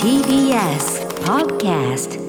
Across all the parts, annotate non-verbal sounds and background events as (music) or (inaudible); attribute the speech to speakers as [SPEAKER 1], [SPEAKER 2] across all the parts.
[SPEAKER 1] TBS Podcast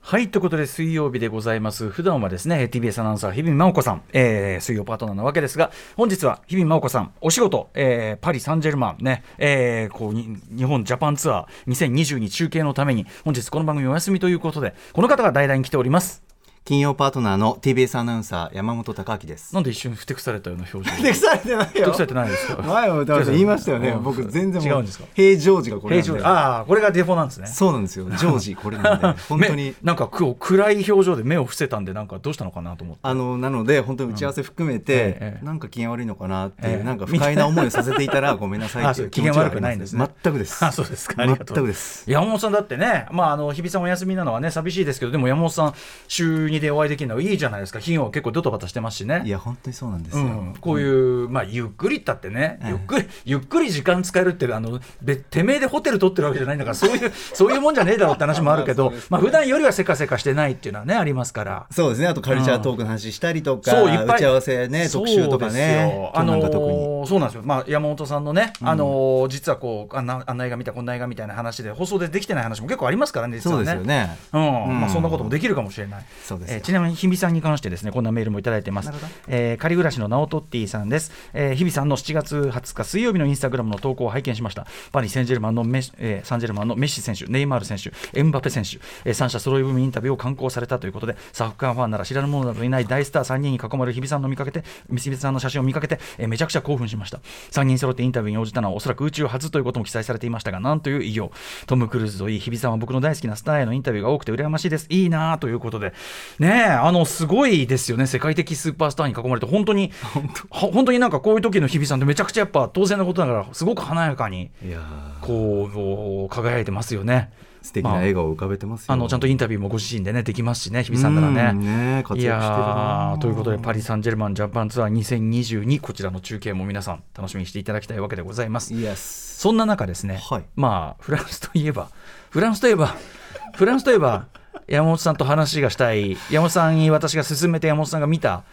[SPEAKER 2] はい、ということで水曜日でございます。普段はですね、TBS アナウンサー、日々真央子さん、えー水曜パートナーなわけですが、本日は日々真央子さん、お仕事、えーパリ・サンジェルマンね、えーこうに日本ジャパンツアー2022中継のために、本日この番組お休みということで、この方が代打に来ております。
[SPEAKER 3] 金曜パートナーの TBS アナウンサー山本貴明です。
[SPEAKER 2] なんで一 (laughs) 瞬ふてくされたような表情
[SPEAKER 3] でされてないよ。
[SPEAKER 2] ふてくされてないですか
[SPEAKER 3] 前もだから言いましたよね
[SPEAKER 2] う。ん
[SPEAKER 3] 僕全然も
[SPEAKER 2] 違うんですか
[SPEAKER 3] 平常時がこれなんで。
[SPEAKER 2] ああ、これがデフォなんですね。
[SPEAKER 3] そうなんで
[SPEAKER 2] (laughs)
[SPEAKER 3] すよ。常時これなんで本
[SPEAKER 2] 目
[SPEAKER 3] 当に。
[SPEAKER 2] なんかこう暗い表情で目を伏せたんで、なんかどうしたのかなと思って。
[SPEAKER 3] あのなので本当に打ち合わせ含めて、
[SPEAKER 2] ええ
[SPEAKER 3] なんか機嫌悪いのかなっていう、
[SPEAKER 2] ええ
[SPEAKER 3] なんか不快な思いをさせてい
[SPEAKER 2] (laughs)
[SPEAKER 3] たらごめんなさい
[SPEAKER 2] あ
[SPEAKER 3] って
[SPEAKER 2] そ
[SPEAKER 3] いうう
[SPEAKER 2] 機
[SPEAKER 3] 気持
[SPEAKER 2] 嫌
[SPEAKER 3] ちは
[SPEAKER 2] 悪
[SPEAKER 3] あ
[SPEAKER 2] く
[SPEAKER 3] り
[SPEAKER 2] な
[SPEAKER 3] ま
[SPEAKER 2] いん
[SPEAKER 3] す
[SPEAKER 2] ですね。
[SPEAKER 3] 全くです。
[SPEAKER 2] あそうですか。ありがとう
[SPEAKER 3] 全くです。
[SPEAKER 2] 山本さんだってね、まああの日比さんお休みなのはね寂しいですけど、でも山本さん週2でお会いできるのはいいじゃないですか。頻は結構ドタバタしてますしね。
[SPEAKER 3] いや本当にそうなんです
[SPEAKER 2] う
[SPEAKER 3] よ。
[SPEAKER 2] ん、こういう、まあ、ゆっくりったってね、ゆっくり、ゆっくり時間使えるって、あの、べ、てめえでホテル取ってるわけじゃないんだから、そういう、そういうもんじゃねえだろうって話もあるけ (laughs) ど、まあ、普段よりはせかせかしてないっていうのはね、ありますから。
[SPEAKER 3] そうですね。あとカルチャートークの話したりとか、
[SPEAKER 2] そういっぱい
[SPEAKER 3] 打ち合わせね特集と
[SPEAKER 2] そう
[SPEAKER 3] かね。
[SPEAKER 2] ですよあ
[SPEAKER 3] 今
[SPEAKER 2] の
[SPEAKER 3] 日なんか特に
[SPEAKER 2] ーそうなんですよ。まあ山本さんのね、あのー実はこうあんなあんな映画見たこんな映画みたいな話で放送でできてない話も結構ありますからね。実
[SPEAKER 3] そ
[SPEAKER 2] は
[SPEAKER 3] うですよ。ね。
[SPEAKER 2] うん
[SPEAKER 3] うん
[SPEAKER 2] まあ、そんなこともできるかもしれない。
[SPEAKER 3] そうですよ
[SPEAKER 2] えーちなみに日比さんに関してですね、こんなメールもいただいてます
[SPEAKER 3] なるほど。
[SPEAKER 2] えー、仮暮らしのナオトッティさんです。えー日比さんの7月20日水曜日のインスタグラムの投稿を拝見しました。パリ・センジェルマンのメッシ、えーサンジェルマンのメッシ選手、ネイマール選手、エンバペ選手、えー、三者揃い踏みインタビューを刊行されたということで、サッカーファンなら知らぬ者などいない大スター3人に囲まれる日比さんの見かけて、日比さんの写真を見かけて、えーめちゃくちゃ興奮しました。3人揃ってインタビューに応じたのはおそらく宇宙初ということも記載されていましたが、なんという偉業。トム・クルーズといい、日比さんは僕の大好きなスターへのインタビューが多くて羨ましいです。いいなあということで。ねえ、あの、すごいですよね。世界的スーパースターに囲まれて、本当に、ほ本当になんかこういう時の日比さんってめちゃくちゃやっぱ当然のことながら、すごく華やかに、
[SPEAKER 3] いやー
[SPEAKER 2] こうこう、輝いてますよね。
[SPEAKER 3] 素敵な笑顔を浮かべてますよ。
[SPEAKER 2] あのちゃんとインタビューもご自身でねできますしね、日比さんなら
[SPEAKER 3] う
[SPEAKER 2] ね。
[SPEAKER 3] んね活躍してるない
[SPEAKER 2] やーということで、パリ・サンジェルマンジャパンツアー2022、こちらの中継も皆さん、楽しみにしていただきたいわけでございます。
[SPEAKER 3] イエス。
[SPEAKER 2] そんな中ですね、
[SPEAKER 3] はい
[SPEAKER 2] まあ、フランスといえば、フランスといえば、フランスといえば、山本さんと話がしたい、山本さんに私が勧めて山本さんが見た、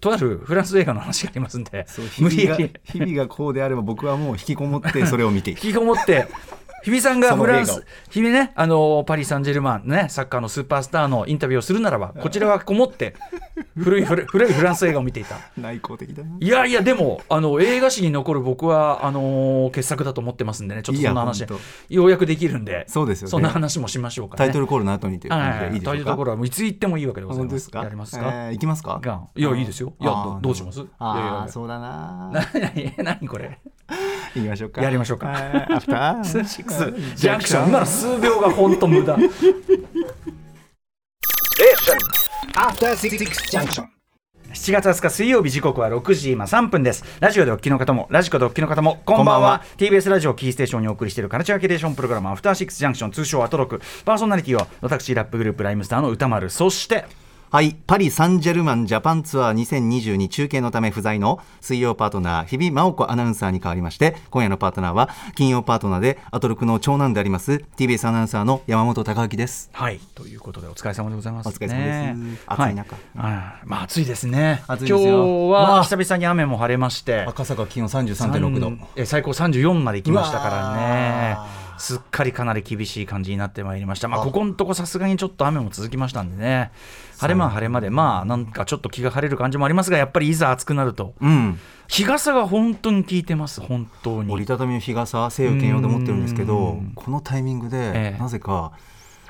[SPEAKER 2] とあるフランス映画の話がありますんで
[SPEAKER 3] (laughs) そう、日
[SPEAKER 2] 無理
[SPEAKER 3] 々
[SPEAKER 2] や
[SPEAKER 3] が
[SPEAKER 2] り
[SPEAKER 3] 日々がこうであれば僕はもう引きこもってそれを見ていく
[SPEAKER 2] 引きこもって、日比さんが
[SPEAKER 3] その
[SPEAKER 2] フ
[SPEAKER 3] 映
[SPEAKER 2] ラ
[SPEAKER 3] 画を
[SPEAKER 2] ンス、日比ね、あのパリ・サンジェルマン、ね、サッカーのスーパースターのインタビューをするならば、こちらはこもって、古い古い古いフランス映画を見ていた。
[SPEAKER 3] 内向的だない
[SPEAKER 2] やいや、でも、あの映画史に残る僕はあの傑作だと思ってますんでね、ちょっとそんな話
[SPEAKER 3] いや本、
[SPEAKER 2] ようやくできるんで、
[SPEAKER 3] そうですよね
[SPEAKER 2] そんな話もしましょうかね。
[SPEAKER 3] (laughs) タイトルコールの後にという感じ
[SPEAKER 2] はい
[SPEAKER 3] でいいでしょ
[SPEAKER 2] といううとこ
[SPEAKER 3] か
[SPEAKER 2] ろは、もういつ言ってもいいわけでござい
[SPEAKER 3] 本当
[SPEAKER 2] ま。
[SPEAKER 3] ですすか
[SPEAKER 2] やります
[SPEAKER 3] え
[SPEAKER 2] か。
[SPEAKER 3] ーいきますか
[SPEAKER 2] がんいやいいですよいやどどうしますいやいやい
[SPEAKER 3] あ
[SPEAKER 2] や
[SPEAKER 3] あそうだな
[SPEAKER 2] (laughs) ななに何こ
[SPEAKER 3] (laughs)
[SPEAKER 2] れ
[SPEAKER 3] 行きましょうか
[SPEAKER 2] やりましょうか
[SPEAKER 3] えーアフター
[SPEAKER 2] ス (laughs) シック
[SPEAKER 3] (laughs)
[SPEAKER 2] スジャンクション今の数秒が本当無駄
[SPEAKER 4] After Six Junction.
[SPEAKER 2] 7月20日水曜日時刻は6時今3分ですラジオでお聞きの方もラジコでお聞きの方もこんばんは
[SPEAKER 3] こんばんは
[SPEAKER 2] TBS ラジオキーステーションにお送りしているカルチャーキュレーションプログラムアフターシックスジャンクション通称アトロクパーソナリティは私ラップグループライムスターの歌丸そして
[SPEAKER 3] はいパリ・サンジェルマンジャパンツアー2022中継のため不在の水曜パートナー日比真央子アナウンサーに代わりまして今夜のパートナーは金曜パートナーでアトロクの長男であります TBS アナウンサーの山本貴明です
[SPEAKER 2] はいということでお疲れ様でございます、ね、
[SPEAKER 3] お疲れ様です暑い中
[SPEAKER 2] はいあーまあ暑いですね
[SPEAKER 3] 暑いですよ
[SPEAKER 2] 今日
[SPEAKER 3] わ
[SPEAKER 2] は
[SPEAKER 3] あ
[SPEAKER 2] 久々に雨も晴れまして
[SPEAKER 3] 赤坂気温33.6度
[SPEAKER 2] 三え最高34まで行きましたからね
[SPEAKER 3] うわー
[SPEAKER 2] すっかりかなり厳しい感じになってまいりました、まあ、ここのとこさすがにちょっと雨も続きましたんでね晴れ間は晴れ間でまあなんかちょっと気が晴れる感じもありますがやっぱりいざ暑くなると
[SPEAKER 3] うん
[SPEAKER 2] 日傘が本当に効いてます本当
[SPEAKER 3] 折り
[SPEAKER 2] に
[SPEAKER 3] たたみの日傘西洋兼用で持ってるんですけ
[SPEAKER 2] う
[SPEAKER 3] ど
[SPEAKER 2] ん
[SPEAKER 3] このタイミング
[SPEAKER 2] え
[SPEAKER 3] で
[SPEAKER 2] え
[SPEAKER 3] なぜか、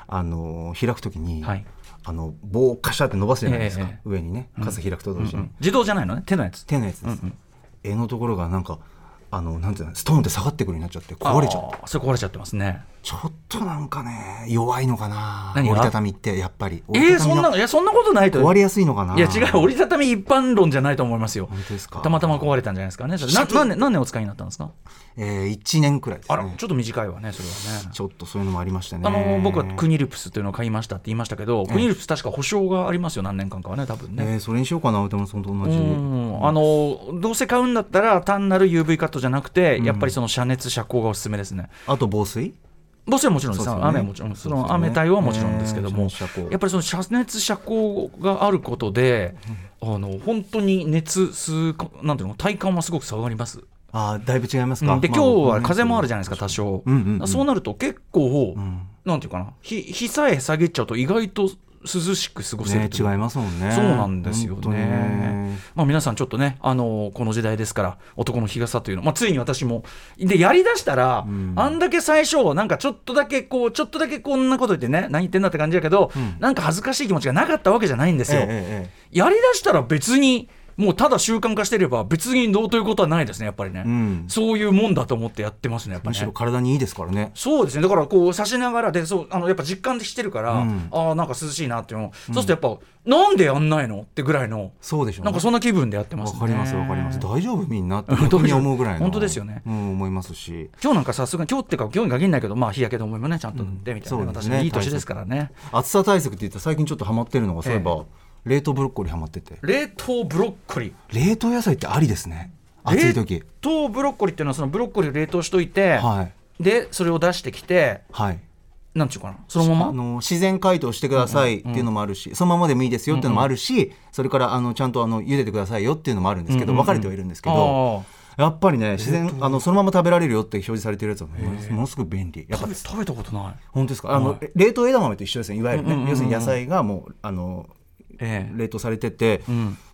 [SPEAKER 3] あの開くときに、
[SPEAKER 2] はい
[SPEAKER 3] あの棒をカシャって伸ばすじゃないですか、
[SPEAKER 2] ええええ
[SPEAKER 3] 上にね傘開くと同時に、
[SPEAKER 2] 自動じゃないのね手のやつ
[SPEAKER 3] 手のやつです、柄のところがなんかあのなんていうのストーンって下がってくるようになっちゃって壊れちゃう
[SPEAKER 2] あーそれ壊れちゃってますね
[SPEAKER 3] ちょっとなんかね弱いのかな
[SPEAKER 2] 何
[SPEAKER 3] 折
[SPEAKER 2] が
[SPEAKER 3] りたたみってやっぱり
[SPEAKER 2] え
[SPEAKER 3] 折り
[SPEAKER 2] ー、
[SPEAKER 3] たた
[SPEAKER 2] そ
[SPEAKER 3] み
[SPEAKER 2] ん
[SPEAKER 3] の
[SPEAKER 2] ないやそんなことないと
[SPEAKER 3] 壊れやすいのかない
[SPEAKER 2] や違う折りたたみ一般論じゃないと思いますよ
[SPEAKER 3] 本当ですか
[SPEAKER 2] たまたま壊れたんじゃないですかねそれな何年何年お使いになったんですか
[SPEAKER 3] えー、1年くらいです
[SPEAKER 2] あら
[SPEAKER 3] ね
[SPEAKER 2] ちょっと短いわねそれはね
[SPEAKER 3] ちょっとそういうのもありましたね
[SPEAKER 2] あの僕はクニルプスというのを買いましたって言いましたけど、クニルプス確か保証がありますよ何年間かはね多分ね。
[SPEAKER 3] えーそれにしようかな歌丸さんと同
[SPEAKER 2] う
[SPEAKER 3] じ
[SPEAKER 2] んあのどうせ買うんだったら単なる UV カットじゃなくて、やっぱりその遮熱遮光がおすすめですね。
[SPEAKER 3] あと防水
[SPEAKER 2] もちろんもちろんです
[SPEAKER 3] そうですよ
[SPEAKER 2] 雨
[SPEAKER 3] ね
[SPEAKER 2] はもちろんそ
[SPEAKER 3] そうで
[SPEAKER 2] の
[SPEAKER 3] すよね
[SPEAKER 2] 雨対応はもちろんですけども、
[SPEAKER 3] ね遮光
[SPEAKER 2] やっぱりその遮熱遮光があることで、あの本当に熱すなんていうの体感はすごく下がります。
[SPEAKER 3] あーだいぶ違います
[SPEAKER 2] う
[SPEAKER 3] か、
[SPEAKER 2] んで
[SPEAKER 3] まあ
[SPEAKER 2] 今日は風もあるじゃないですか多少、
[SPEAKER 3] うんうんうん
[SPEAKER 2] そうなると結構、なんていうかな日日さえ下げちゃうと意外と涼しく過ごせる
[SPEAKER 3] ね
[SPEAKER 2] と
[SPEAKER 3] 違いますもんね
[SPEAKER 2] そうなんですよ
[SPEAKER 3] 本当
[SPEAKER 2] ね。まあ、皆さん、ちょっとね、あのこの時代ですから、男の日傘というの、まあ、ついに私も、でやりだしたら、あんだけ最初、なんかちょっとだけこう、ちょっとだけこんなこと言ってね、何言ってんだって感じだけど、なんか恥ずかしい気持ちがなかったわけじゃないんです
[SPEAKER 3] ええ
[SPEAKER 2] よ。
[SPEAKER 3] ええ
[SPEAKER 2] やりだしたら別にもうただ習慣化してれば別にどうということはないですねやっぱりね、
[SPEAKER 3] ん
[SPEAKER 2] そういうもんだと思ってやってますねやっぱ
[SPEAKER 3] む
[SPEAKER 2] り
[SPEAKER 3] し
[SPEAKER 2] ね
[SPEAKER 3] ろ体にいいですからね
[SPEAKER 2] そうですねだからこう差しながらでそうあのやっぱ実感でしてるから、
[SPEAKER 3] ん
[SPEAKER 2] ああなんか涼しいなっていうの、そうするとやっぱなんでやんないのってぐらいの
[SPEAKER 3] そうでしょう、ね、
[SPEAKER 2] なんかそんな気分でやってま
[SPEAKER 3] わ
[SPEAKER 2] すね
[SPEAKER 3] かりますわかります大丈夫みんなって本当に思うぐらいの
[SPEAKER 2] 本当ですよね
[SPEAKER 3] うん、思いますし
[SPEAKER 2] 今日なんかさすがに今日っていうか今日に限らないけどまあ日焼け止めもねちゃんと塗ってみたいな、
[SPEAKER 3] うんそうです
[SPEAKER 2] 私
[SPEAKER 3] ね
[SPEAKER 2] もいい年ですからね
[SPEAKER 3] 暑さ対策って言ったら最近ちょっとハマってるのがそういえば、冷凍ブロッコリーハマってて
[SPEAKER 2] 冷凍ブロッコリー
[SPEAKER 3] 冷凍野菜ってありですね暑い時
[SPEAKER 2] 冷凍ブロッコリーっていうのはそのブロッコリーを冷凍しといて、
[SPEAKER 3] はい
[SPEAKER 2] でそれを出してきて
[SPEAKER 3] はい
[SPEAKER 2] なんちゅうかなそのまま
[SPEAKER 3] あの自然解凍してくださいっていうのもあるし、そのままでもいいですよっていうのもあるし、それからあのちゃんとあの茹でてくださいよっていうのもあるんですけど、分かれてはいるんですけど、やっぱりね自然あのそのまま食べられるよって表示されてるやつはものものすごく便利やっぱ
[SPEAKER 2] 食べ食べたことない、
[SPEAKER 3] 本当ですかあの、冷凍枝豆と一緒ですねいわゆるね、要するに野菜がもうあの
[SPEAKER 2] ええ
[SPEAKER 3] 冷凍されてて、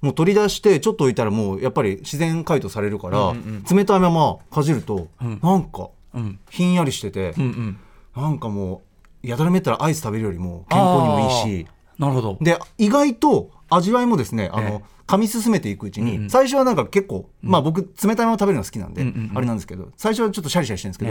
[SPEAKER 3] もう取り出してちょっと置いたらもうやっぱり自然解凍されるから、冷たいままかじると、なんか
[SPEAKER 2] ん
[SPEAKER 3] ひんやりしてて、
[SPEAKER 2] ん
[SPEAKER 3] なんかもうやたらめったらアイス食べるよりも健康にもいいし
[SPEAKER 2] なるほど
[SPEAKER 3] で意外と味わいもですねあ
[SPEAKER 2] え
[SPEAKER 3] の噛み進めていくうちに、最初はなんか結構、まあ僕冷たいまま食べるのが好きなんで、
[SPEAKER 2] んうんうん
[SPEAKER 3] あれなんですけど最初はちょっとシャリシャリしてるんですけ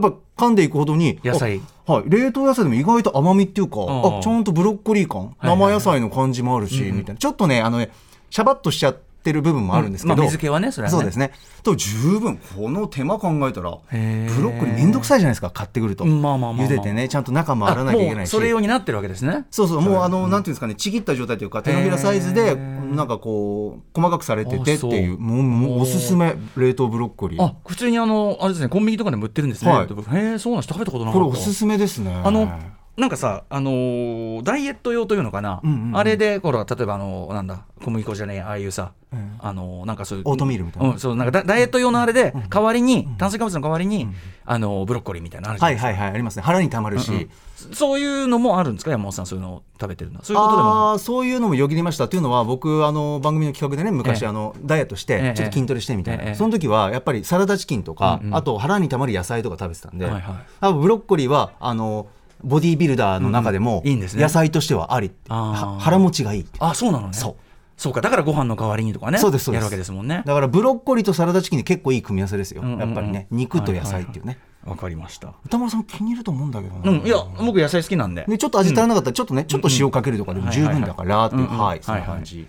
[SPEAKER 2] え
[SPEAKER 3] やっぱ噛んでいくほどに
[SPEAKER 2] 野菜
[SPEAKER 3] あはい、冷凍野菜でも意外と甘みっていうか、
[SPEAKER 2] ん
[SPEAKER 3] あちゃんとブロッコリー感
[SPEAKER 2] いはいは
[SPEAKER 3] 生
[SPEAKER 2] い
[SPEAKER 3] 野菜の感じもあるし、みたいなちょっとねあのねシャバッとしちゃってる部分もあるんですけど、
[SPEAKER 2] うんまあ水気はねそれはね
[SPEAKER 3] うですねと十分この手間考えたら
[SPEAKER 2] へー
[SPEAKER 3] ブロッコリーめんどくさいじゃないですか買ってくると、
[SPEAKER 2] うんまあまあまあまあ
[SPEAKER 3] 茹でてねちゃんと中も洗わなきゃいけないし
[SPEAKER 2] もうそれ用になってるわけですね
[SPEAKER 3] そうそう、もうあの、なんていうんですかね、ちぎった状態というか、手のひらサイズ
[SPEAKER 2] へ
[SPEAKER 3] で、
[SPEAKER 2] ー
[SPEAKER 3] なんかこう、細かくされてて
[SPEAKER 2] あ
[SPEAKER 3] って
[SPEAKER 2] そう
[SPEAKER 3] いう、もう、もうおすすめ、冷凍ブロッコリー。
[SPEAKER 2] あ普通にあのあれですねコンビニとかでも売ってるんですね、
[SPEAKER 3] はい
[SPEAKER 2] へえそうなんです食べたことな
[SPEAKER 3] こ
[SPEAKER 2] か
[SPEAKER 3] れ
[SPEAKER 2] った
[SPEAKER 3] おすすめですね。
[SPEAKER 2] あのなんかさ、あのーダイエット用というのかな、
[SPEAKER 3] うんうんうん
[SPEAKER 2] あれでほら例えばあのーなんだ小麦粉じゃねえああいうさ、
[SPEAKER 3] ええ
[SPEAKER 2] あのーなんかそういう
[SPEAKER 3] オートミールみたいな
[SPEAKER 2] うん、そうなんかダダイエット用のあれで代わりに、炭水化物の代わりに、あのーブロッコリーみたいなのあるじゃ
[SPEAKER 3] は
[SPEAKER 2] ないで
[SPEAKER 3] い
[SPEAKER 2] すか
[SPEAKER 3] はいはい、ありますね。腹にたまるし。
[SPEAKER 2] そういうのもあるんですか山本さんそういうのを食べてるのはそういうことでもない
[SPEAKER 3] あーそういうのもよぎりましたというのは僕あの番組の企画でね昔、
[SPEAKER 2] ええ
[SPEAKER 3] あのダイエットし
[SPEAKER 2] え
[SPEAKER 3] て
[SPEAKER 2] え
[SPEAKER 3] ちょっと筋トレしてみたいな、
[SPEAKER 2] ええ
[SPEAKER 3] その時はやっぱりサラダチキンとか、
[SPEAKER 2] うんうん
[SPEAKER 3] あと腹にたまる野菜とか食べてたんで、
[SPEAKER 2] はいはい
[SPEAKER 3] あブロッコリーはあのボディービルダーの中でも、
[SPEAKER 2] うんいいんですね
[SPEAKER 3] 野菜としてはあり
[SPEAKER 2] あー
[SPEAKER 3] は腹持ちがいいって
[SPEAKER 2] あそうなのね
[SPEAKER 3] そう
[SPEAKER 2] そうかだからご飯の代わりにとかね
[SPEAKER 3] そうですそうです
[SPEAKER 2] やるわけですもんね
[SPEAKER 3] だからブロッコリーとサラダチキンで結構いい組み合わせですよ、
[SPEAKER 2] んうんうん
[SPEAKER 3] やっぱりね肉と野菜っていうね、
[SPEAKER 2] わかりました
[SPEAKER 3] 歌丸さん気に入ると思うんだけどな、
[SPEAKER 2] うんいや僕野菜好きなんで
[SPEAKER 3] でちょっと味足らなかったらちょっとね、ちょっと塩かけるとかでも十分だからっていう、
[SPEAKER 2] うんうん
[SPEAKER 3] は
[SPEAKER 2] はいは
[SPEAKER 3] い、
[SPEAKER 2] い
[SPEAKER 3] そんな感じ、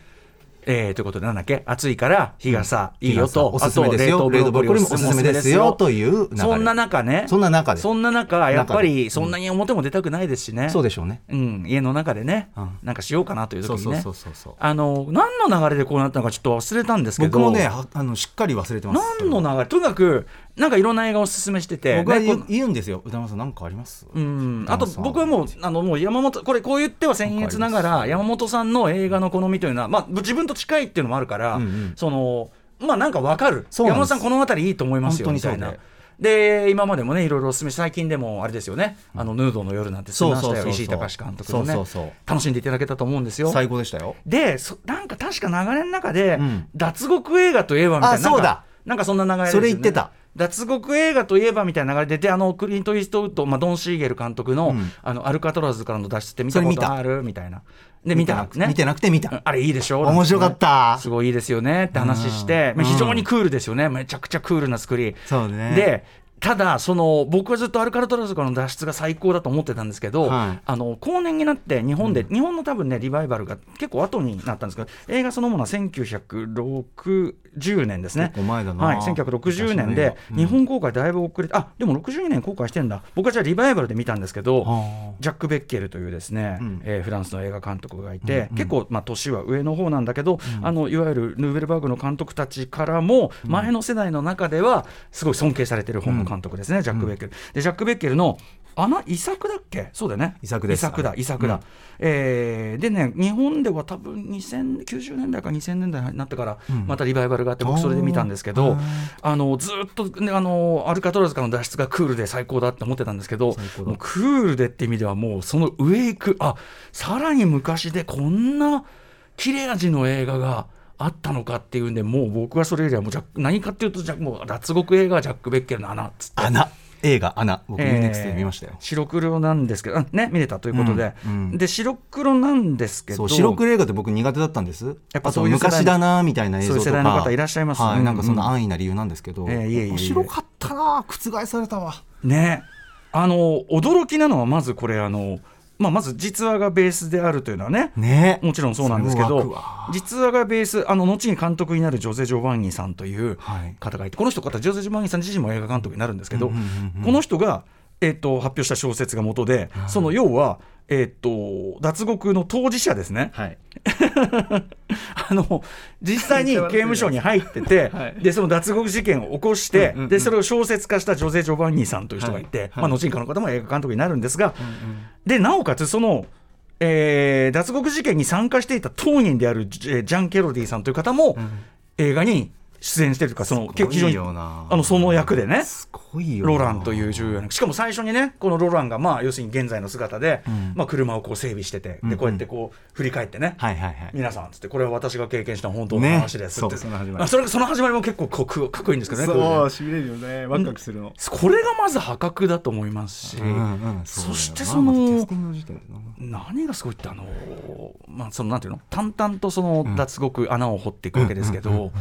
[SPEAKER 2] えー、ということでなんだっけ暑いから日傘いいよと、
[SPEAKER 3] おすすめですよ
[SPEAKER 2] あと
[SPEAKER 3] 冷凍ブロッコリーもおすすめですよという流れ
[SPEAKER 2] そんな中ね
[SPEAKER 3] そんな中で
[SPEAKER 2] そんな中やっぱ
[SPEAKER 3] 中
[SPEAKER 2] りそんなに表も出たくないですしね
[SPEAKER 3] そうでしょうね
[SPEAKER 2] うん、家の中でね、
[SPEAKER 3] うん
[SPEAKER 2] なんかしようかなという時にね
[SPEAKER 3] そうそうそうそうそう
[SPEAKER 2] あの何の流れでこうなったのかちょっと忘れたんですけど
[SPEAKER 3] 僕もねはあのしっかり忘れてます
[SPEAKER 2] 何の流れとにかくなんかいろんな映画をおすすめしてて
[SPEAKER 3] 僕は
[SPEAKER 2] ね
[SPEAKER 3] 言
[SPEAKER 2] こ
[SPEAKER 3] う言うんですよ歌丸さん何かあります
[SPEAKER 2] うん、
[SPEAKER 3] 歌
[SPEAKER 2] あと
[SPEAKER 3] 丸さん
[SPEAKER 2] 僕はもうあのもう山本これこう言っては僭越ながら山本さんの映画の好みというのは、まあ、自分と近いっていうのもあるから、
[SPEAKER 3] うんうん
[SPEAKER 2] そのまあなんかわかる
[SPEAKER 3] そう
[SPEAKER 2] 山
[SPEAKER 3] な
[SPEAKER 2] 本
[SPEAKER 3] んです
[SPEAKER 2] さんこの辺りいいと思いますよ
[SPEAKER 3] 本
[SPEAKER 2] み
[SPEAKER 3] 当にそう
[SPEAKER 2] た
[SPEAKER 3] で
[SPEAKER 2] いな。で今までもねいろいろおすすめ最近でもあれですよね「あのヌードの夜」なんて
[SPEAKER 3] そう
[SPEAKER 2] 相
[SPEAKER 3] そう
[SPEAKER 2] 談
[SPEAKER 3] そう
[SPEAKER 2] し
[SPEAKER 3] そう
[SPEAKER 2] たよ石井隆監督のね
[SPEAKER 3] そうそうそう
[SPEAKER 2] 楽しんでいただけたと思うんですよ。
[SPEAKER 3] 最高でしたよ
[SPEAKER 2] でそなんか確か流れの中で、
[SPEAKER 3] ん
[SPEAKER 2] 脱獄映画といえばみたいな
[SPEAKER 3] あそうだ
[SPEAKER 2] なんかなんかそんな流れですよ
[SPEAKER 3] それ
[SPEAKER 2] ね
[SPEAKER 3] 言ってた
[SPEAKER 2] 脱獄映画といえばみたいな流れでであのクリント・イーストウッド、まあ、ドン・シーゲル監督の,、
[SPEAKER 3] ん
[SPEAKER 2] あのアルカトラズからの脱出って見た
[SPEAKER 3] それ
[SPEAKER 2] こ
[SPEAKER 3] 見た
[SPEAKER 2] とあるみたいなで見た
[SPEAKER 3] 見てなく見てなくて見た
[SPEAKER 2] うんあれいいでしょ
[SPEAKER 3] 面白かった
[SPEAKER 2] なんねすごいいいですよねって話して、
[SPEAKER 3] うん
[SPEAKER 2] まあ非常にクールですよねめちゃくちゃクールな作り
[SPEAKER 3] そうね
[SPEAKER 2] でただその僕はずっとアルカルトラズからの脱出が最高だと思ってたんですけど、
[SPEAKER 3] はい
[SPEAKER 2] あの後年になって日本で、日本の多分ねリバイバルが結構後になったんですけど映画そのものは1960年ですね
[SPEAKER 3] 結構前だな
[SPEAKER 2] はい、1960年で
[SPEAKER 3] 昔の映画うん
[SPEAKER 2] 日本公開だいぶ遅れて、あでも62年公開してんだ僕はじゃあリバイバルで見たんですけど、
[SPEAKER 3] はあ
[SPEAKER 2] ジャック・ベッケルというですね、
[SPEAKER 3] うん
[SPEAKER 2] えーフランスの映画監督がいて、結構、まあ、年は上の方なんだけど、あのいわゆるヌーベルバーグの監督たちからも前の世代の中ではすごい尊敬されてる本監督ですね、ジャック・ベッケル。で、ジャック・ベッケルの、あな、遺作だっけそうだよね。
[SPEAKER 3] 遺作です
[SPEAKER 2] 遺作だ
[SPEAKER 3] あ、れ
[SPEAKER 2] 遺作だ。
[SPEAKER 3] うん
[SPEAKER 2] えーでね、日本では多分2090年代か2000年代になってから、
[SPEAKER 3] ん
[SPEAKER 2] またリバイバルがあって、僕それで見たんですけど、
[SPEAKER 3] おーへー
[SPEAKER 2] あの、ずーっと、ね、あの、アルカトラズからの脱出がクールで最高だって思ってたんですけど
[SPEAKER 3] 最高、だ
[SPEAKER 2] もうクールでって意味ではもうその上行く、あ、さらに昔でこんな切れ味の映画が、あったのかっていうんで、もう僕はそれよりはもうジャック何かっていうとジャック、もう脱獄映画はジャック・ベッケルの穴っつって
[SPEAKER 3] 穴映画「穴」僕、
[SPEAKER 2] えー
[SPEAKER 3] UNEXT で見ましたよ
[SPEAKER 2] 白黒なんですけど、あね、見れたということで、
[SPEAKER 3] うんうん
[SPEAKER 2] で白黒なんですけ
[SPEAKER 3] そ
[SPEAKER 2] ど、
[SPEAKER 3] う白黒映画って僕苦手だったんです
[SPEAKER 2] や
[SPEAKER 3] や
[SPEAKER 2] っ
[SPEAKER 3] っ
[SPEAKER 2] ぱ
[SPEAKER 3] ぱ
[SPEAKER 2] そ
[SPEAKER 3] そうう
[SPEAKER 2] いう世代
[SPEAKER 3] 昔だなみたいな映像とか
[SPEAKER 2] そういう世代の方いらっしゃいますう
[SPEAKER 3] は
[SPEAKER 2] んう
[SPEAKER 3] い
[SPEAKER 2] ん
[SPEAKER 3] なんかその安易な理由なんですけど、
[SPEAKER 2] えーいえいえいえ
[SPEAKER 3] 面白かったな覆されたわ
[SPEAKER 2] ね、あの驚きなのはまずこれあの、まあ、まず実話がベースであるというのはね、
[SPEAKER 3] ね
[SPEAKER 2] もちろんそうなんですけ
[SPEAKER 3] それも
[SPEAKER 2] ど
[SPEAKER 3] 湧くわ
[SPEAKER 2] 実話がベースあの後に監督になるジョゼ・ジョバンニさんという
[SPEAKER 3] はい
[SPEAKER 2] 方がいて、この人方ジョゼ・ジョバンニさん自身も映画監督になるんですけど、
[SPEAKER 3] うんうんうんうん
[SPEAKER 2] この人が、えっと発表した小説が元で、その要は、えっと脱獄の当事者ですね、
[SPEAKER 3] はい
[SPEAKER 2] あの実際に刑務所に入って
[SPEAKER 3] (laughs)
[SPEAKER 2] て、でその脱獄事件を起こして、でそれを小説化したジョゼ・ジョバンニさんという人がいて、まあ、後にこの方も映画監督になるんですが、でなおかつその、えー脱獄事件に参加していた当人であるジェジャン・ケロディさんという方も、映画に出演してるというかその
[SPEAKER 3] すごいよな
[SPEAKER 2] 非常にあのその役でね。
[SPEAKER 3] すごいよな
[SPEAKER 2] ロランという重要なしかも最初にねこのロランがまあ要するに現在の姿で、まあ、車をこう整備しててでこうやってこう振り返ってね、
[SPEAKER 3] はいはいはい
[SPEAKER 2] 皆さんっつってこれは私が経験した本当の話ですって、
[SPEAKER 3] ねそうその始まり
[SPEAKER 2] あそれその始まりも結構こうくかっこいいんですけどねこ
[SPEAKER 5] そ
[SPEAKER 2] れ
[SPEAKER 5] う
[SPEAKER 2] ね
[SPEAKER 5] しびれるよねワクワクするの、
[SPEAKER 2] これがまず破格だと思いますし、
[SPEAKER 3] うんうんうだよな
[SPEAKER 2] そしてその
[SPEAKER 3] またキャスティングの時点でな
[SPEAKER 2] 何がすごいってあの、まあ、そのなんていうの淡々とその脱獄穴を掘っていくわけですけど、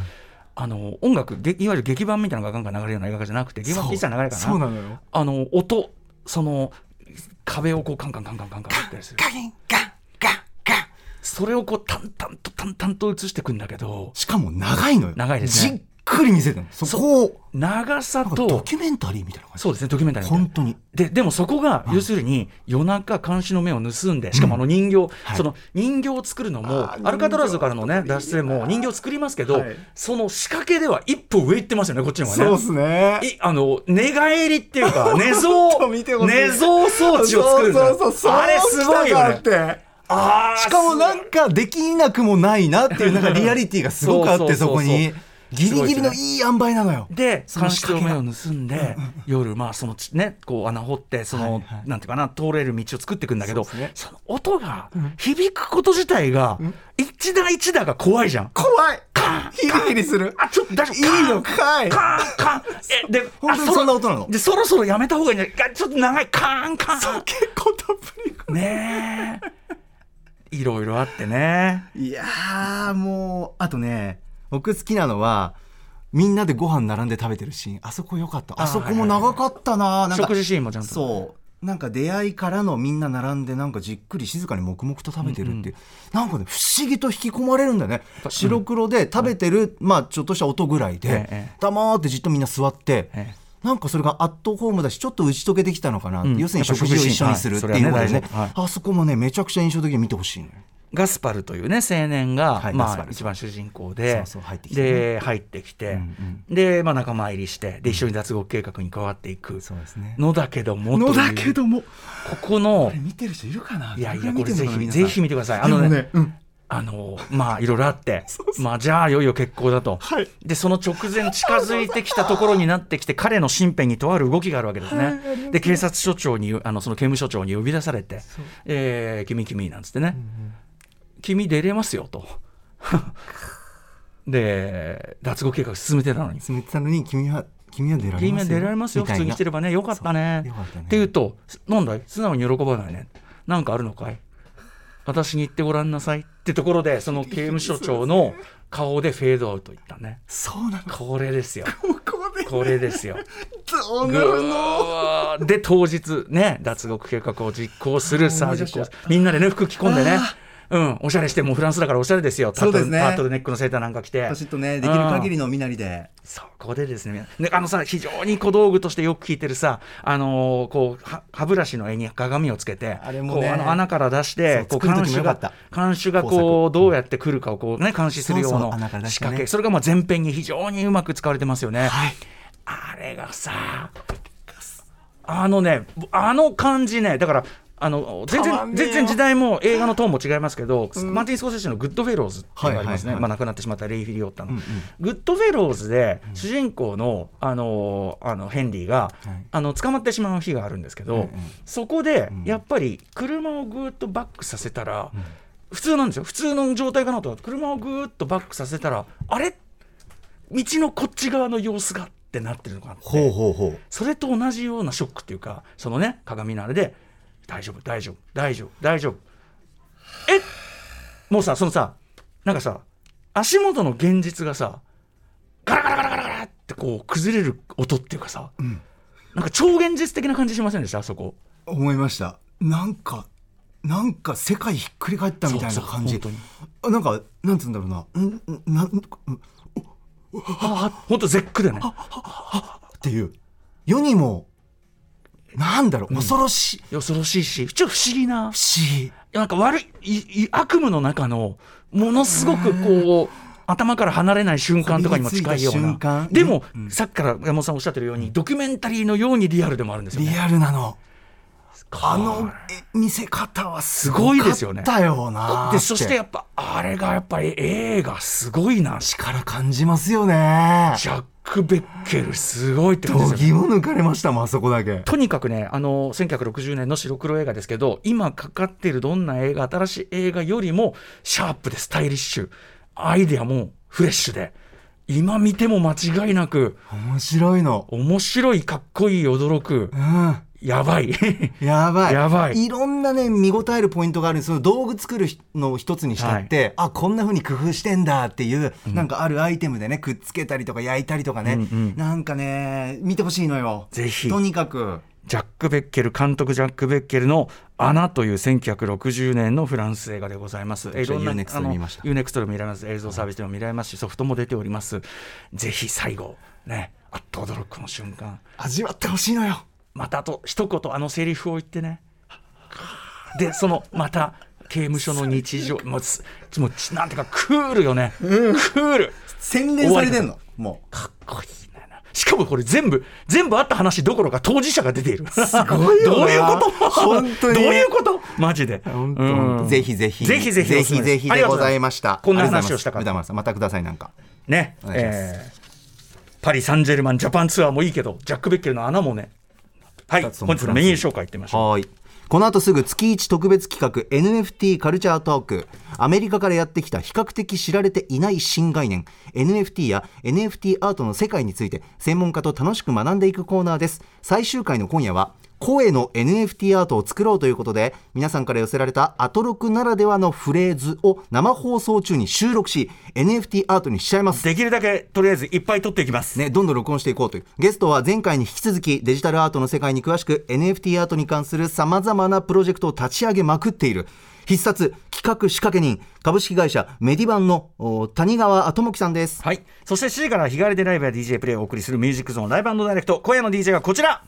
[SPEAKER 2] あの音楽げいわゆる劇版みたいなのがガンガン流れるような映画じゃなくて劇版って一切流れるから
[SPEAKER 5] そうなのよ
[SPEAKER 2] あの音その壁をこうカンカンカンカンカンカンってやったりする
[SPEAKER 3] ガキンガンガンガン
[SPEAKER 2] それをこう淡々と淡々と映していくんだけど
[SPEAKER 3] しかも長いのよ
[SPEAKER 2] 長いですね
[SPEAKER 3] じっくり見せてるのそこを
[SPEAKER 2] 長さ
[SPEAKER 3] なんか
[SPEAKER 2] と
[SPEAKER 3] ドキュメンタリーみたいな感じ
[SPEAKER 2] そうですねドキュメンタリーみたいな
[SPEAKER 3] 本当に
[SPEAKER 2] ででもそこが要するに夜中監視の目を盗んでしかもあの人形、その人形を作るのもアルカトラズからのね脱出でも人形を作りますけど、
[SPEAKER 5] はい
[SPEAKER 2] その仕掛けでは一歩上行ってますよねこっちの方がね。
[SPEAKER 5] そうっすね
[SPEAKER 2] いあの寝返りって
[SPEAKER 5] (laughs)
[SPEAKER 2] いうか寝相
[SPEAKER 5] と見てほしい
[SPEAKER 2] 寝相装置を作るんだ
[SPEAKER 5] そうそうそうそう
[SPEAKER 2] あれすごいよね
[SPEAKER 5] 来たかって
[SPEAKER 2] あー
[SPEAKER 3] しかもなんかできなくもないなっていうなんかリアリティがすごくあって
[SPEAKER 2] そう
[SPEAKER 3] そ
[SPEAKER 2] そうそうそう
[SPEAKER 3] こにギリギ
[SPEAKER 2] す
[SPEAKER 3] リ
[SPEAKER 2] ごいで
[SPEAKER 3] の
[SPEAKER 2] す
[SPEAKER 3] いい塩梅なのよ
[SPEAKER 2] で
[SPEAKER 3] その
[SPEAKER 2] 監
[SPEAKER 3] 仕
[SPEAKER 2] 視の
[SPEAKER 3] 掛け
[SPEAKER 2] 目
[SPEAKER 3] が
[SPEAKER 2] を盗んで夜まあそのちねこう穴掘ってその、なんていうかな通れる道を作っていくんだけどそ,、
[SPEAKER 5] うですね
[SPEAKER 2] の音が響くこと自体が、一打一打が怖いじゃん。
[SPEAKER 5] 怖いヒリヒリする
[SPEAKER 2] あちょっと大丈
[SPEAKER 5] い
[SPEAKER 2] 夫
[SPEAKER 5] いのかい
[SPEAKER 2] カーンカーンえで
[SPEAKER 3] 本当に
[SPEAKER 2] あろ
[SPEAKER 3] そんな音なの
[SPEAKER 2] でそろそろやめた方がいいんじゃないあちょっと長いカーンカーン
[SPEAKER 5] 結構たっぷり
[SPEAKER 2] ねえいろいろあってね
[SPEAKER 3] いやーもうあとね僕好きなのはみんなでご飯並んで食べてるシーンあそこ良かったあそこも長かったななんか
[SPEAKER 2] 食事シーンもちゃんと
[SPEAKER 3] そうなんか出会いからのみんな並んでなんかじっくり静かに黙々と食べてるっていう、なんかね不思議と引き込まれるんだよね白黒で食べてる、まあちょっとした音ぐらい
[SPEAKER 2] え
[SPEAKER 3] で、
[SPEAKER 2] え
[SPEAKER 3] 黙ってじっとみんな座って、
[SPEAKER 2] ええ
[SPEAKER 3] なんかそれがアットホームだしちょっと打ち解けてきたのかな、
[SPEAKER 2] ん
[SPEAKER 3] 要するに食事を一緒にするってい
[SPEAKER 2] や
[SPEAKER 3] うの
[SPEAKER 2] っぱ
[SPEAKER 3] が
[SPEAKER 2] 食事シーン
[SPEAKER 3] ね
[SPEAKER 2] はいそれはね大事はい
[SPEAKER 3] あそこもねめちゃくちゃ印象的に見てほしいのよ
[SPEAKER 2] ガスパルというね青年が、
[SPEAKER 3] はいガス
[SPEAKER 2] ま
[SPEAKER 3] パ
[SPEAKER 2] あ、
[SPEAKER 3] ル
[SPEAKER 2] 一番主人公で
[SPEAKER 3] そうそう入ってきてね
[SPEAKER 2] で入ってきて、で、まあ、仲間入りしてで一緒に脱獄計画に加わっていく
[SPEAKER 3] そうですね
[SPEAKER 2] のだけどもという
[SPEAKER 5] も
[SPEAKER 2] ここの
[SPEAKER 5] これ見てる人いるかないい
[SPEAKER 2] やいやこれぜひ
[SPEAKER 3] 皆さん
[SPEAKER 2] ぜひ見てくださいあ
[SPEAKER 5] あの
[SPEAKER 2] の
[SPEAKER 5] ね
[SPEAKER 2] ね
[SPEAKER 5] うん
[SPEAKER 2] あのまあいろいろあ (laughs) ってまあじゃあいよいよ結婚だと、
[SPEAKER 5] はい
[SPEAKER 2] でその直前近づいてきたところになってき (laughs) て彼の身辺にとある動きがあるわけですね、で警察署長にあのその刑務所長に呼び出されて「えー、君君」なんつってね「君出れますよ」と。 (laughs) で脱獄計画進めてたのに
[SPEAKER 3] 住めてたのに君は君は出られますよ
[SPEAKER 2] 君は出られますよ普通にしてればねよかったね
[SPEAKER 3] そうよかったね
[SPEAKER 2] って言うと「なんだい素直に喜ばないねなんかあるのかい私に言ってごらんなさい」ってところでその刑務所長の顔でフェードアウトいったね
[SPEAKER 5] そうなの
[SPEAKER 2] これですよ
[SPEAKER 5] ここで
[SPEAKER 2] これですよ
[SPEAKER 3] (laughs)
[SPEAKER 5] どう
[SPEAKER 2] ぐ
[SPEAKER 5] なるの
[SPEAKER 2] ーで当日ね脱獄計画を実行するさあ実行みんなでね服着込んでねうん、おしゃれしてもうフランスだからおしゃれですよタ
[SPEAKER 3] そう
[SPEAKER 2] ート
[SPEAKER 3] で
[SPEAKER 2] ル
[SPEAKER 3] すね
[SPEAKER 2] タートルネックのセーターなんか着て
[SPEAKER 3] パシッとねできる限りの身なりで
[SPEAKER 2] そこでですね、ねあのさ、非常に小道具としてよく聞いてるさ、あのーこうは歯ブラシの柄に鏡をつけて、
[SPEAKER 3] あれも
[SPEAKER 2] こ
[SPEAKER 3] ね
[SPEAKER 2] うあの穴から出して、
[SPEAKER 3] そ
[SPEAKER 2] こう
[SPEAKER 3] う作る
[SPEAKER 2] 監
[SPEAKER 3] 時も
[SPEAKER 2] 視
[SPEAKER 3] よか
[SPEAKER 2] が
[SPEAKER 3] った
[SPEAKER 2] 監視が
[SPEAKER 3] 工
[SPEAKER 2] こうどうやって来るかをこうね監視するよう
[SPEAKER 3] そうそう
[SPEAKER 2] な
[SPEAKER 3] 穴から出
[SPEAKER 2] 仕
[SPEAKER 3] してね
[SPEAKER 2] 掛け、それがまあ前編に非常にうまく使われてますよね。
[SPEAKER 3] はい
[SPEAKER 2] あれがさ、あのねあの感じねだからあの全
[SPEAKER 5] たまんね
[SPEAKER 2] 然
[SPEAKER 5] えよ
[SPEAKER 2] 全然時代も映画のトーンも違いますけど、マーティン・スコセッシの「グッドフェローズ」っていうのがありますね、
[SPEAKER 3] はいはいはい
[SPEAKER 2] まあ、亡くなってしまったレイ・フィリオッタの、グッドフェローズで主人公のあのあのヘンリーが、
[SPEAKER 3] はい
[SPEAKER 2] あの捕まってしまう日があるんですけど、そこでやっぱり車をぐーっとバックさせたら、普通なんですよ普通の状態かなと車をぐーっとバックさせたらあれ道のこっち側の様子がってなってるのかなって
[SPEAKER 3] ほうほうほう
[SPEAKER 2] それと同じようなショックっていうかそのね鏡のあれで大丈夫大丈夫大丈夫大丈夫えもうさそのさなんかさ足元の現実がさガラガラガラガラガラってこう崩れる音っていうかさ、なんか超現実的な感じしませんでしたあそこ
[SPEAKER 5] 思いましたなんかなんか世界ひっくり返ったみたいな感
[SPEAKER 2] そう
[SPEAKER 5] じ
[SPEAKER 2] そう
[SPEAKER 5] あなんかなんつうんだろうなんんなんうん
[SPEAKER 2] あほんと絶句でね
[SPEAKER 5] っていう世にもなんだろう恐ろしい、
[SPEAKER 2] 恐ろしいしちょっと不思議な
[SPEAKER 5] 不思議
[SPEAKER 2] なんか悪いいい悪夢の中のものすごくこう頭から離れない瞬間とかにも近いよ
[SPEAKER 5] こびりつ
[SPEAKER 2] う
[SPEAKER 5] いた瞬間
[SPEAKER 2] なでも、さっきから山本さんおっしゃってるようにドキュメンタリーのようにリアルでもあるんですよ
[SPEAKER 5] リ
[SPEAKER 2] ね
[SPEAKER 5] アルなの
[SPEAKER 2] あ
[SPEAKER 5] あのえ見せ方はす
[SPEAKER 2] すご
[SPEAKER 5] ご
[SPEAKER 2] い
[SPEAKER 5] い
[SPEAKER 2] で
[SPEAKER 5] ですす
[SPEAKER 2] よ
[SPEAKER 5] よ
[SPEAKER 2] ね
[SPEAKER 5] ね。だよなー
[SPEAKER 2] で
[SPEAKER 5] って
[SPEAKER 2] そしてやっぱあれがやっぱり映画すごいなジ
[SPEAKER 5] 力感じますよね。
[SPEAKER 2] ャック・ベッケルすごいって感じ
[SPEAKER 5] 度
[SPEAKER 2] ですよね
[SPEAKER 5] 肝抜かれましたもんあそこだけ。
[SPEAKER 2] とにかくねあの1960年の白黒映画ですけど今かかっているどんな映画新しい映画よりもシャープでスタイリッシュアイデアもフレッシュで今見ても間違いなく
[SPEAKER 5] 面白いの。
[SPEAKER 2] 面白いかっこいい驚く
[SPEAKER 5] うん。
[SPEAKER 2] やばい (laughs)
[SPEAKER 5] やばい。
[SPEAKER 2] やばい
[SPEAKER 5] いろんなね、見応えるポイントがあるんですその道具作るひの一つにしたって、あ、こんな風に工夫してんだっていう、なんかあるアイテムでね、くっつけたりとか焼いたりとかね、なんかね、見てほしいのよ。
[SPEAKER 2] ぜひ
[SPEAKER 5] とにかく。
[SPEAKER 2] ジャック・ベッケル監督ジャック・ベッケルの「アナ」という1960年のフランス映画でございます。
[SPEAKER 3] 私は UNEXT で見ました
[SPEAKER 2] ユーネクストでも見られます映像サービスでも見られますしソフトも出ております。ぜひ最後ねあっと驚くこの瞬間
[SPEAKER 5] 味わってほしいのよ。
[SPEAKER 2] またあと一言あのセリフを言ってねでそのまた刑務所の日常もうすもうちなんていうかクールよね、クール
[SPEAKER 5] 洗練されてんの。もう。
[SPEAKER 2] かっこいいなしかもこれ全部全部あった話どころか当事者が出ているす
[SPEAKER 5] ごいよな
[SPEAKER 2] どういうこと
[SPEAKER 5] 本当に
[SPEAKER 2] どういうことマジで
[SPEAKER 5] 本当
[SPEAKER 2] うん
[SPEAKER 3] ぜひぜひ
[SPEAKER 2] ぜひぜひ
[SPEAKER 3] ぜひぜひ
[SPEAKER 2] あり
[SPEAKER 3] で
[SPEAKER 2] がとう
[SPEAKER 3] ございました
[SPEAKER 2] こんな話をしたか
[SPEAKER 3] あ
[SPEAKER 2] っ
[SPEAKER 3] り
[SPEAKER 2] た
[SPEAKER 3] がとうございます歌丸さんまたくださいなんか
[SPEAKER 2] ね
[SPEAKER 3] お願いします
[SPEAKER 2] えーパリ・サンジェルマンジャパンツアーもいいけどジャック・ベッケルの穴もねはい
[SPEAKER 3] 二つと
[SPEAKER 2] 本
[SPEAKER 3] も
[SPEAKER 2] 日のメニュー紹介いってみましょう
[SPEAKER 3] はーいこの後すぐ月一特別企画 NFT カルチャートークアメリカからやってきた比較的知られていない新概念 NFT や NFT アートの世界について専門家と楽しく学んでいくコーナーです最終回の今夜は声の NFT アートを作ろうということで皆さんから寄せられたアトロクならではのフレーズを生放送中に収録し NFT アートにしちゃいます
[SPEAKER 2] できるだけとりあえずいっぱい撮っていきます
[SPEAKER 3] ね、どんどん録音していこうという。ゲストは前回に引き続きデジタルアートの世界に詳しく NFT アートに関する様々なプロジェクトを立ち上げまくっている。必殺企画仕掛け人株式会社メディバンのお谷川智樹さんです。
[SPEAKER 2] はい。そして7時から日替わりでライブや DJ プレイをお送りするミュージックゾーンライブダイレクト。今夜の DJ はこちら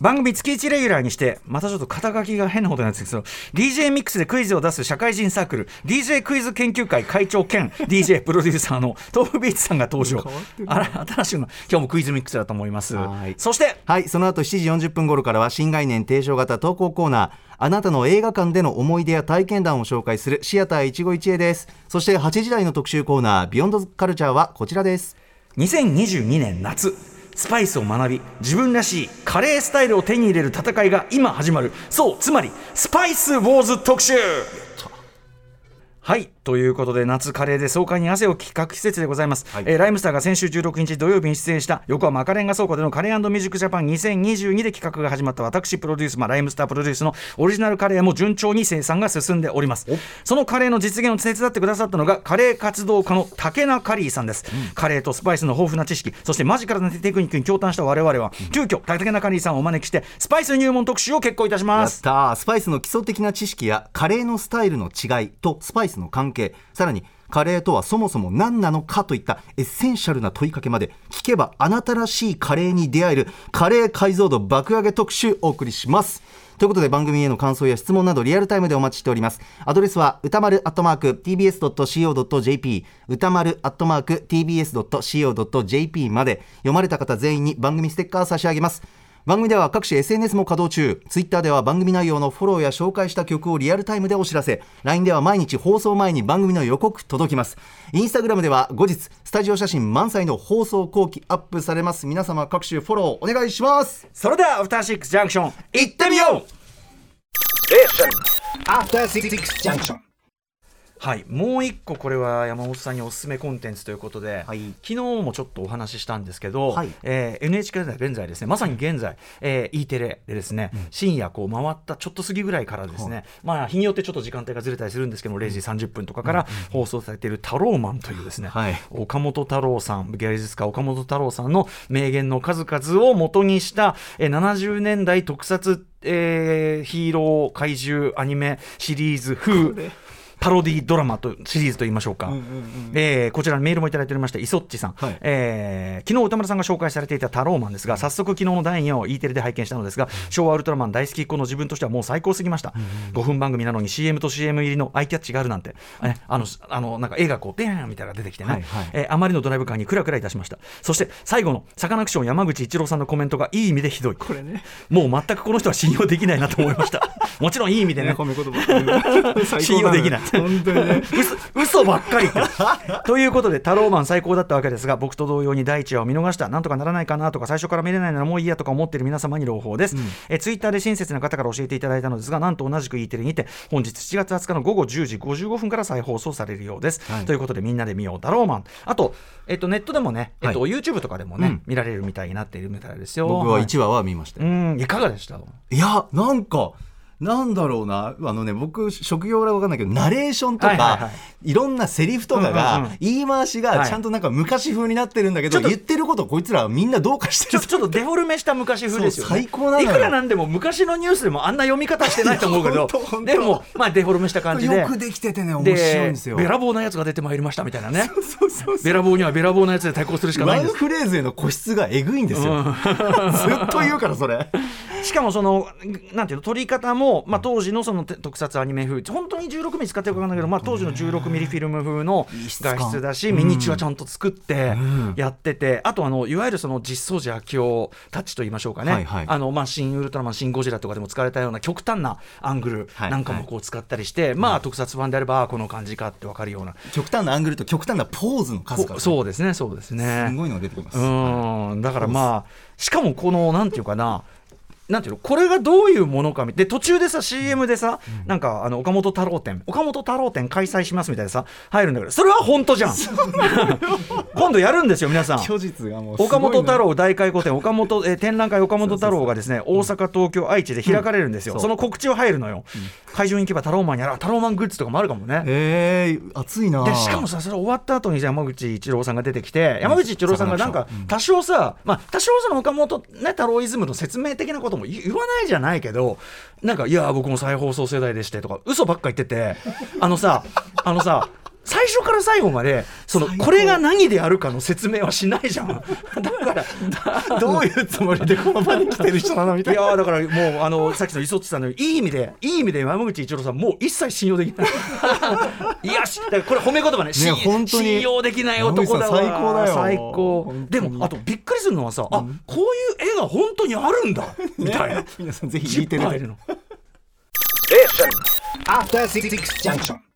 [SPEAKER 2] 番組月1レギュラーにして、またちょっと肩書きが変なことになってるんですけど、DJ ミックスでクイズを出す社会人サークル、DJ クイズ研究会会長兼 DJ プロデューサーの東武ビーチさんが登場。あら、新しいの、今日もクイズミックスだと思います
[SPEAKER 3] はい。
[SPEAKER 2] そして、
[SPEAKER 3] はい、その後7時40分頃からは新概念提唱型投稿コーナー。あなたの映画館での思い出や体験談を紹介するシアター一期一会です。そして8時台の特集コーナー、ビヨンドカルチャーはこちらです。
[SPEAKER 2] 2022年夏スパイスを学び自分らしいカレースタイルを手に入れる戦いが今始まるそうつまりスパイスウォーズ特集はいということで夏カレーで爽快に汗を企画施設でございます、えーライムスターが先週16日土曜日に出演した横浜赤レンガ倉庫でのカレーミュージックジャパン2022で企画が始まった私プロデュース、まあ、ライムスタープロデュースのオリジナルカレーも順調に生産が進んでおりますそのカレーの実現を手伝ってくださったのがカレー活動家の竹中カリーさんです、カレーとスパイスの豊富な知識そしてマジカルなテクニックに共感した我々は、急遽竹中カリーさんをお招きしてスパイス入門特集を決行いたし
[SPEAKER 3] や
[SPEAKER 2] ま
[SPEAKER 3] っ
[SPEAKER 2] す
[SPEAKER 3] たースパイスの基礎的な知識やカレーのスタイルの違いとスパイスの関係さらにカレーとはそもそも何なのかといったエッセンシャルな問いかけまで聞けばあなたらしいカレーに出会えるカレー解像度爆上げ特集お送りしますということで番組への感想や質問などリアルタイムでお待ちしておりますアドレスは歌丸アットマーク tbs.co.jp 歌丸アットマーク tbs.co.jp まで読まれた方全員に番組ステッカー差し上げます番組では各種 SNS も稼働中 Twitter では番組内容のフォローや紹介した曲をリアルタイムでお知らせ LINE では毎日放送前に番組の予告届きます Instagram では後日スタジオ写真満載の放送後期アップされます皆様各種フォローお願いします
[SPEAKER 2] それではアフターシックスジャンクション
[SPEAKER 3] いってみよう
[SPEAKER 4] Station. After Six Junction.
[SPEAKER 2] はい、もう一個これは山本さんにおすすめコンテンツということで、
[SPEAKER 3] はい
[SPEAKER 2] 昨日もちょっとお話ししたんですけど、
[SPEAKER 3] はい
[SPEAKER 2] えー NHK では現在ですねまさに現在、えー E テレでですね、深夜こう回ったちょっと過ぎぐらいからですね、まあ日によってちょっと時間帯がずれたりするんですけども0時30分とかから放送されている「太郎マン」というですね、
[SPEAKER 3] はい
[SPEAKER 2] 岡本太郎さん芸術家岡本太郎さんの名言の数々を元にした、えー70年代特撮、えーヒーロー怪獣アニメシリーズ風パロディドラマとシリーズと言いましょうか、えーこちらにメールもいただいておりまして、イソッチさん、
[SPEAKER 3] はい
[SPEAKER 2] えー昨日歌丸さんが紹介されていたタローマンですが、早速、昨日の第2話を E テレで拝見したのですが、昭和ウルトラマン大好きっ子の自分としてはもう最高すぎました、5分番組なのに CM と CM 入りのアイキャッチがあるなんて、ねあのあのなんか絵がこう、でーんみたいなのが出てきてね、
[SPEAKER 3] はいはい
[SPEAKER 2] えーあまりのドライブ感にクラクラいたしました、そして最後のサカナクション山口一郎さんのコメントがいい意味でひどい、これ
[SPEAKER 3] (laughs)
[SPEAKER 2] ね、もう全くこの人は信用できないなと思いました、もちろんいい意味でね、
[SPEAKER 3] め言 (laughs) 葉
[SPEAKER 2] 信用できない
[SPEAKER 3] 本当にね
[SPEAKER 2] 嘘嘘ばっかりってということでタローマン最高だったわけですが僕と同様に第一話を見逃したなんとかならないかなとか最初から見れないならもういいやとか思ってる皆様に朗報です、えツイッターで親切な方から教えていただいたのですがなんと同じく E テレにて本日7月20日の午後10時55分から再放送されるようです、ということでみんなで見ようタローマンあと、えっと、ネットでもね、えっと YouTube とかでもね、見られるみたいになっているみたいですよ
[SPEAKER 3] 僕は
[SPEAKER 2] 一
[SPEAKER 3] 1話は見ましたよ
[SPEAKER 2] うんいかがでした
[SPEAKER 3] いや、なんか、なんだろうな、あのね、僕、職業らわかんないけど、ナレーションとか、
[SPEAKER 2] はい
[SPEAKER 3] い
[SPEAKER 2] はいは
[SPEAKER 3] ろんなセリフとかが、
[SPEAKER 2] うんうんうん
[SPEAKER 3] 言い回し
[SPEAKER 2] は
[SPEAKER 3] が
[SPEAKER 2] い
[SPEAKER 3] ちゃんとなんか昔風になってるんだけ
[SPEAKER 2] ち
[SPEAKER 3] ど、
[SPEAKER 2] ょっと
[SPEAKER 3] 言ってること、こいつらはみんなどうかして
[SPEAKER 2] ちょ
[SPEAKER 3] る。
[SPEAKER 2] ちょっとデフォルメした昔風ですよね。
[SPEAKER 3] そう最高なのよ
[SPEAKER 2] いくらなんでも昔のニュースでもあんな読み方してないと思うけ
[SPEAKER 3] いや
[SPEAKER 2] ど
[SPEAKER 3] 本当本、当
[SPEAKER 2] でも、まあデフォルメした感じで。
[SPEAKER 3] よくできててね、面白いんですよ。
[SPEAKER 2] ベラボーなやつが出てまいりましたみたいなね。
[SPEAKER 3] そうそうそう
[SPEAKER 2] ベラボーにはベラボーなやつで対抗するしかな
[SPEAKER 3] ワ
[SPEAKER 2] いん
[SPEAKER 3] ン
[SPEAKER 2] です。
[SPEAKER 3] フレーズへの個室がえぐいんですよ。 (laughs) ずっと言うから、それ。
[SPEAKER 2] しかもその、なんていうの、撮り方も、まあ当時のそのて特撮アニメ風、本当に16ミリ使ってるかわかんないけど、まあ当時の16ミリフィルム風の
[SPEAKER 3] 質感
[SPEAKER 2] 画質だし、ミニチュアちゃんと作ってやってて、あとあの、いわゆるその実相寺明夫タッチと言いましょうか
[SPEAKER 3] は
[SPEAKER 2] ね
[SPEAKER 3] いはい。
[SPEAKER 2] あの、まあ新ウルトラマン、新ゴジラとかでも使われたような極端なアングル
[SPEAKER 3] はい
[SPEAKER 2] なんかもこう使ったりして、まあ特撮版であれば、あこの感じかってわかるような。
[SPEAKER 3] 極端なアングルと極端なポーズの数が、
[SPEAKER 2] こそうですね、そうですね。
[SPEAKER 3] すごいのが出てきます。
[SPEAKER 2] うん、だからまあ、しかもこの、なんていうかな。なんていうのこれがどういうものかみで途中でさ CM でさ、なんかあの岡本太郎展岡本太郎展開催しますみたいなさ入るんだけどそれは本当じゃん今度やるんですよ皆さん
[SPEAKER 3] 虚実がもうすごい
[SPEAKER 2] 岡
[SPEAKER 3] の
[SPEAKER 2] 本太郎大回顧展岡本、えー展覧会岡本太郎がですね大阪東京愛知で開かれるんですよ、その告知を入るのよ、会場に行けば太郎マンやら太郎マングッズとかもあるかもね
[SPEAKER 3] えー、熱いな
[SPEAKER 2] でしかもさそれ終わった後に山口一郎さんが出てきて山口一郎さんがなんか多少さ、まあ、多少その岡本、ね、太郎イズムの説明的なことも言言わないじゃないけどなんかいや僕も再放送世代でしてとか嘘ばっか言ってて (laughs) あのさあのさ最初から最後までそのこれが何であるかの説明はしないじゃん (laughs) だから
[SPEAKER 3] (laughs) どういうつもりでこの場に来てる人なのみたい
[SPEAKER 2] いやーだからもうあのさっ (laughs) きの磯地さんのいい意味でいい意味で山口一郎さんもう一切信用できない
[SPEAKER 3] (laughs)
[SPEAKER 2] いやしだからこれ褒め言葉ねし
[SPEAKER 3] 本当に
[SPEAKER 2] 信用できない男だわ
[SPEAKER 3] 山口さん最高だよ
[SPEAKER 2] 最高
[SPEAKER 3] 本
[SPEAKER 2] でもあとびっくりするのはさ、あこういう絵が本当にあるんだみたい
[SPEAKER 3] (laughs)
[SPEAKER 2] な
[SPEAKER 3] 皆さんぜひ聞いて
[SPEAKER 2] 10
[SPEAKER 3] る
[SPEAKER 2] 入るの
[SPEAKER 4] Station. After Six Junction.